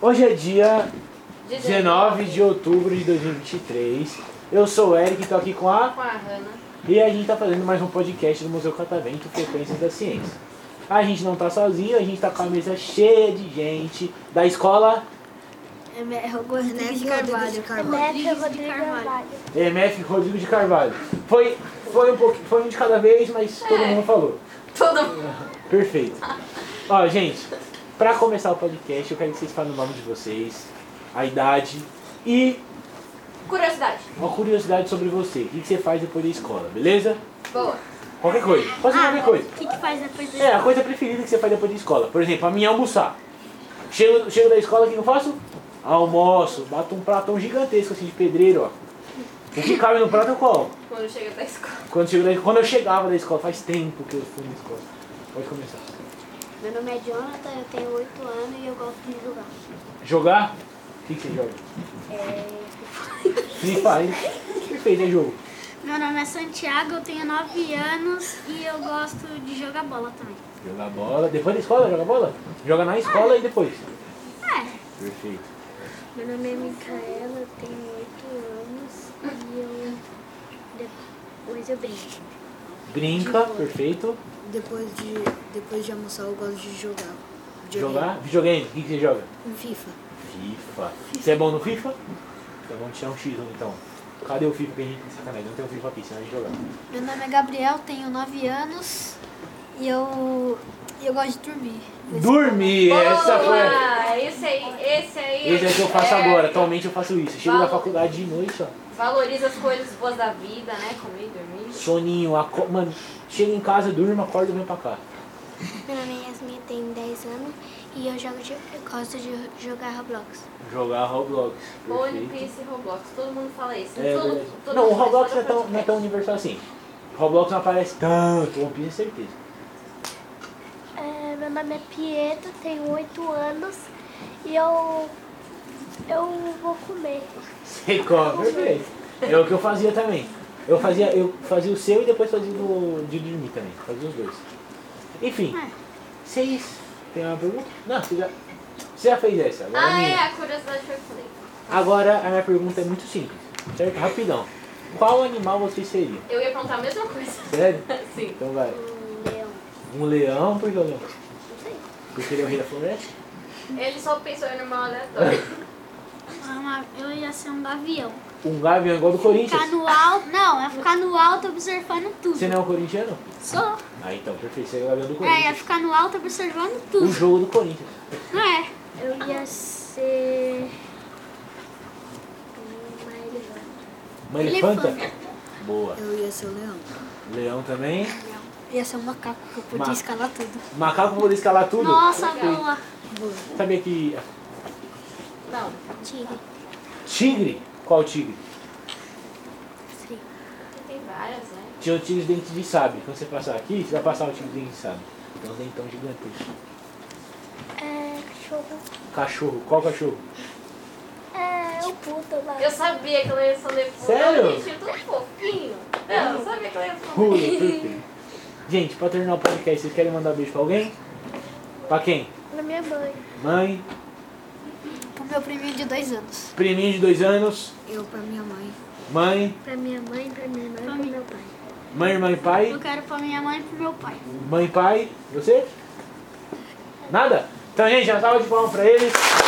Hoje é dia De 19 de outubro de 2023. Eu sou o Eric, tô aqui com a. Com a Hanna. E a gente tá fazendo mais um podcast do Museu Catavento, Frequências da Ciência. A gente não tá sozinho, a gente tá com a mesa cheia de gente da escola É Rodrigues de Rodrigues Carvalho. É Neto Rodrigo Carvalho. MF Rodrigo de Carvalho. Foi, foi, um, pouco, foi um de cada vez, mas todo É. mundo falou. Todo mundo. Perfeito. Ó, gente, pra começar o podcast, eu quero que vocês falem o nome de vocês, a idade e Curiosidade. uma curiosidade sobre você. O que que você faz depois da escola, beleza? Boa. Qualquer coisa. Pode ser qualquer coisa. O que, que faz depois da É, a coisa preferida que você faz depois da escola. Por exemplo, a minha é almoçar. Chego, chego da escola, o que que eu faço? Almoço. Bato um pratão gigantesco, assim, de pedreiro, ó. O que cabe no prato eu colo. Quando chega da escola. Quando, chego da- quando eu chegava da escola, faz tempo que eu fui na escola. Pode começar. Meu nome é Jonathan, eu tenho 8 anos e eu gosto de jogar. Jogar? O que, que você joga? É. Free Fire. Perfeito, é jogo. Meu nome é Santiago, eu tenho 9 anos e eu gosto de jogar bola também. Jogar bola. Depois da escola, joga bola? Joga na escola e depois. É. Perfeito. Meu nome é Micaela, eu tenho 8 anos e eu. Depois eu brinco. Brinca, perfeito. Depois de, depois de almoçar, eu gosto de jogar. Videogame. Jogar. Videogame, o que, que você joga? Um FIFA. FIFA. Você é bom no FIFA? Então vamos tirar um X1 então. Cadê o FIFA que a gente sacanagem? Não tem o FIFA aqui, senão a gente joga. Meu nome é Gabriel, tenho 9 anos e eu. eu gosto de dormir. Dormir! Essa foi a... Boa! Esse aí, esse aí. Esse é o que eu faço é, agora, atualmente eu faço isso. Chego da Fala. faculdade de noite, ó. Valoriza as coisas boas da vida, né? Comer, dormir. Soninho, aco... mano, chego em casa, durmo, acordo e venho pra cá. Meu nome é Yasmin, eu tenho 10 anos e eu, jogo gosto de jogar Roblox. Jogar Roblox. One Perfeito. Piece e Roblox. Todo mundo fala isso. É, todo, verdade. todo não, o mundo faz, Roblox todo não é, tão, não é tão universal assim. Roblox não aparece tanto, One Piece é certeza. É, meu nome é Pietro, tenho 8 anos e eu. Eu vou comer. Sei qual, perfeito. É o que eu fazia também. Eu fazia, eu fazia o seu e depois fazia o do- de dormir também. Fazia os dois. Enfim, Ah. vocês têm uma pergunta? Não, você já, você já fez essa. Agora, a Ah, é. minha. A curiosidade foi o que eu falei. agora a minha pergunta é muito simples, certo? Rapidão. Qual animal você seria? Eu ia perguntar a mesma coisa. Assim, Sério? Sim. Então vai. Um leão, por que o leão? Porque ele é o rei da floresta? Ele só pensou em animal aleatório. Ah, Eu ia ser um gavião. Um gavião igual do Ficar Corinthians. no alto. Não, é ficar no alto observando tudo. Você não é um corintiano? Sou. Ah, então, perfeito. Você é o gavião do É, ia Corinthians. ficar no alto observando O tudo. um jogo do Corinthians. Não é? Eu ia ser. Uma elefante. Uma elefanta? Elefanta. Boa. Eu ia ser o leão. Leão também. Ia ser um macaco que eu podia Ma- escalar tudo. Macaco poder escalar tudo? Nossa, Legal. boa. Sabia que. Não. Tigre. Tigre? Qual tigre? Tem várias, né? Tinha o tigre de dente de sabre. Quando você passar aqui, você vai passar o tigre de dente de sabre. Tem um dentão gigantesco. É. Cachorro. Cachorro, qual cachorro? É. O puto lá. Eu sabia que ela ia responder por Sério? Eu achei tão fofinho. Não, eu sabia que ela ia Pula, responder. é perfeito. Gente, pra terminar o podcast, vocês querem mandar beijo pra alguém? Pra quem? Na minha mãe. Mãe, Pro meu priminho de dois anos. priminho de dois anos, Eu pra minha mãe. mãe, Pra minha mãe, pra minha irmã e pro meu pai. mãe, irmã e pai, Eu quero pra minha mãe e pro meu pai. mãe, pai, você? Nada? Então, gente, uma salva de palmas pra eles.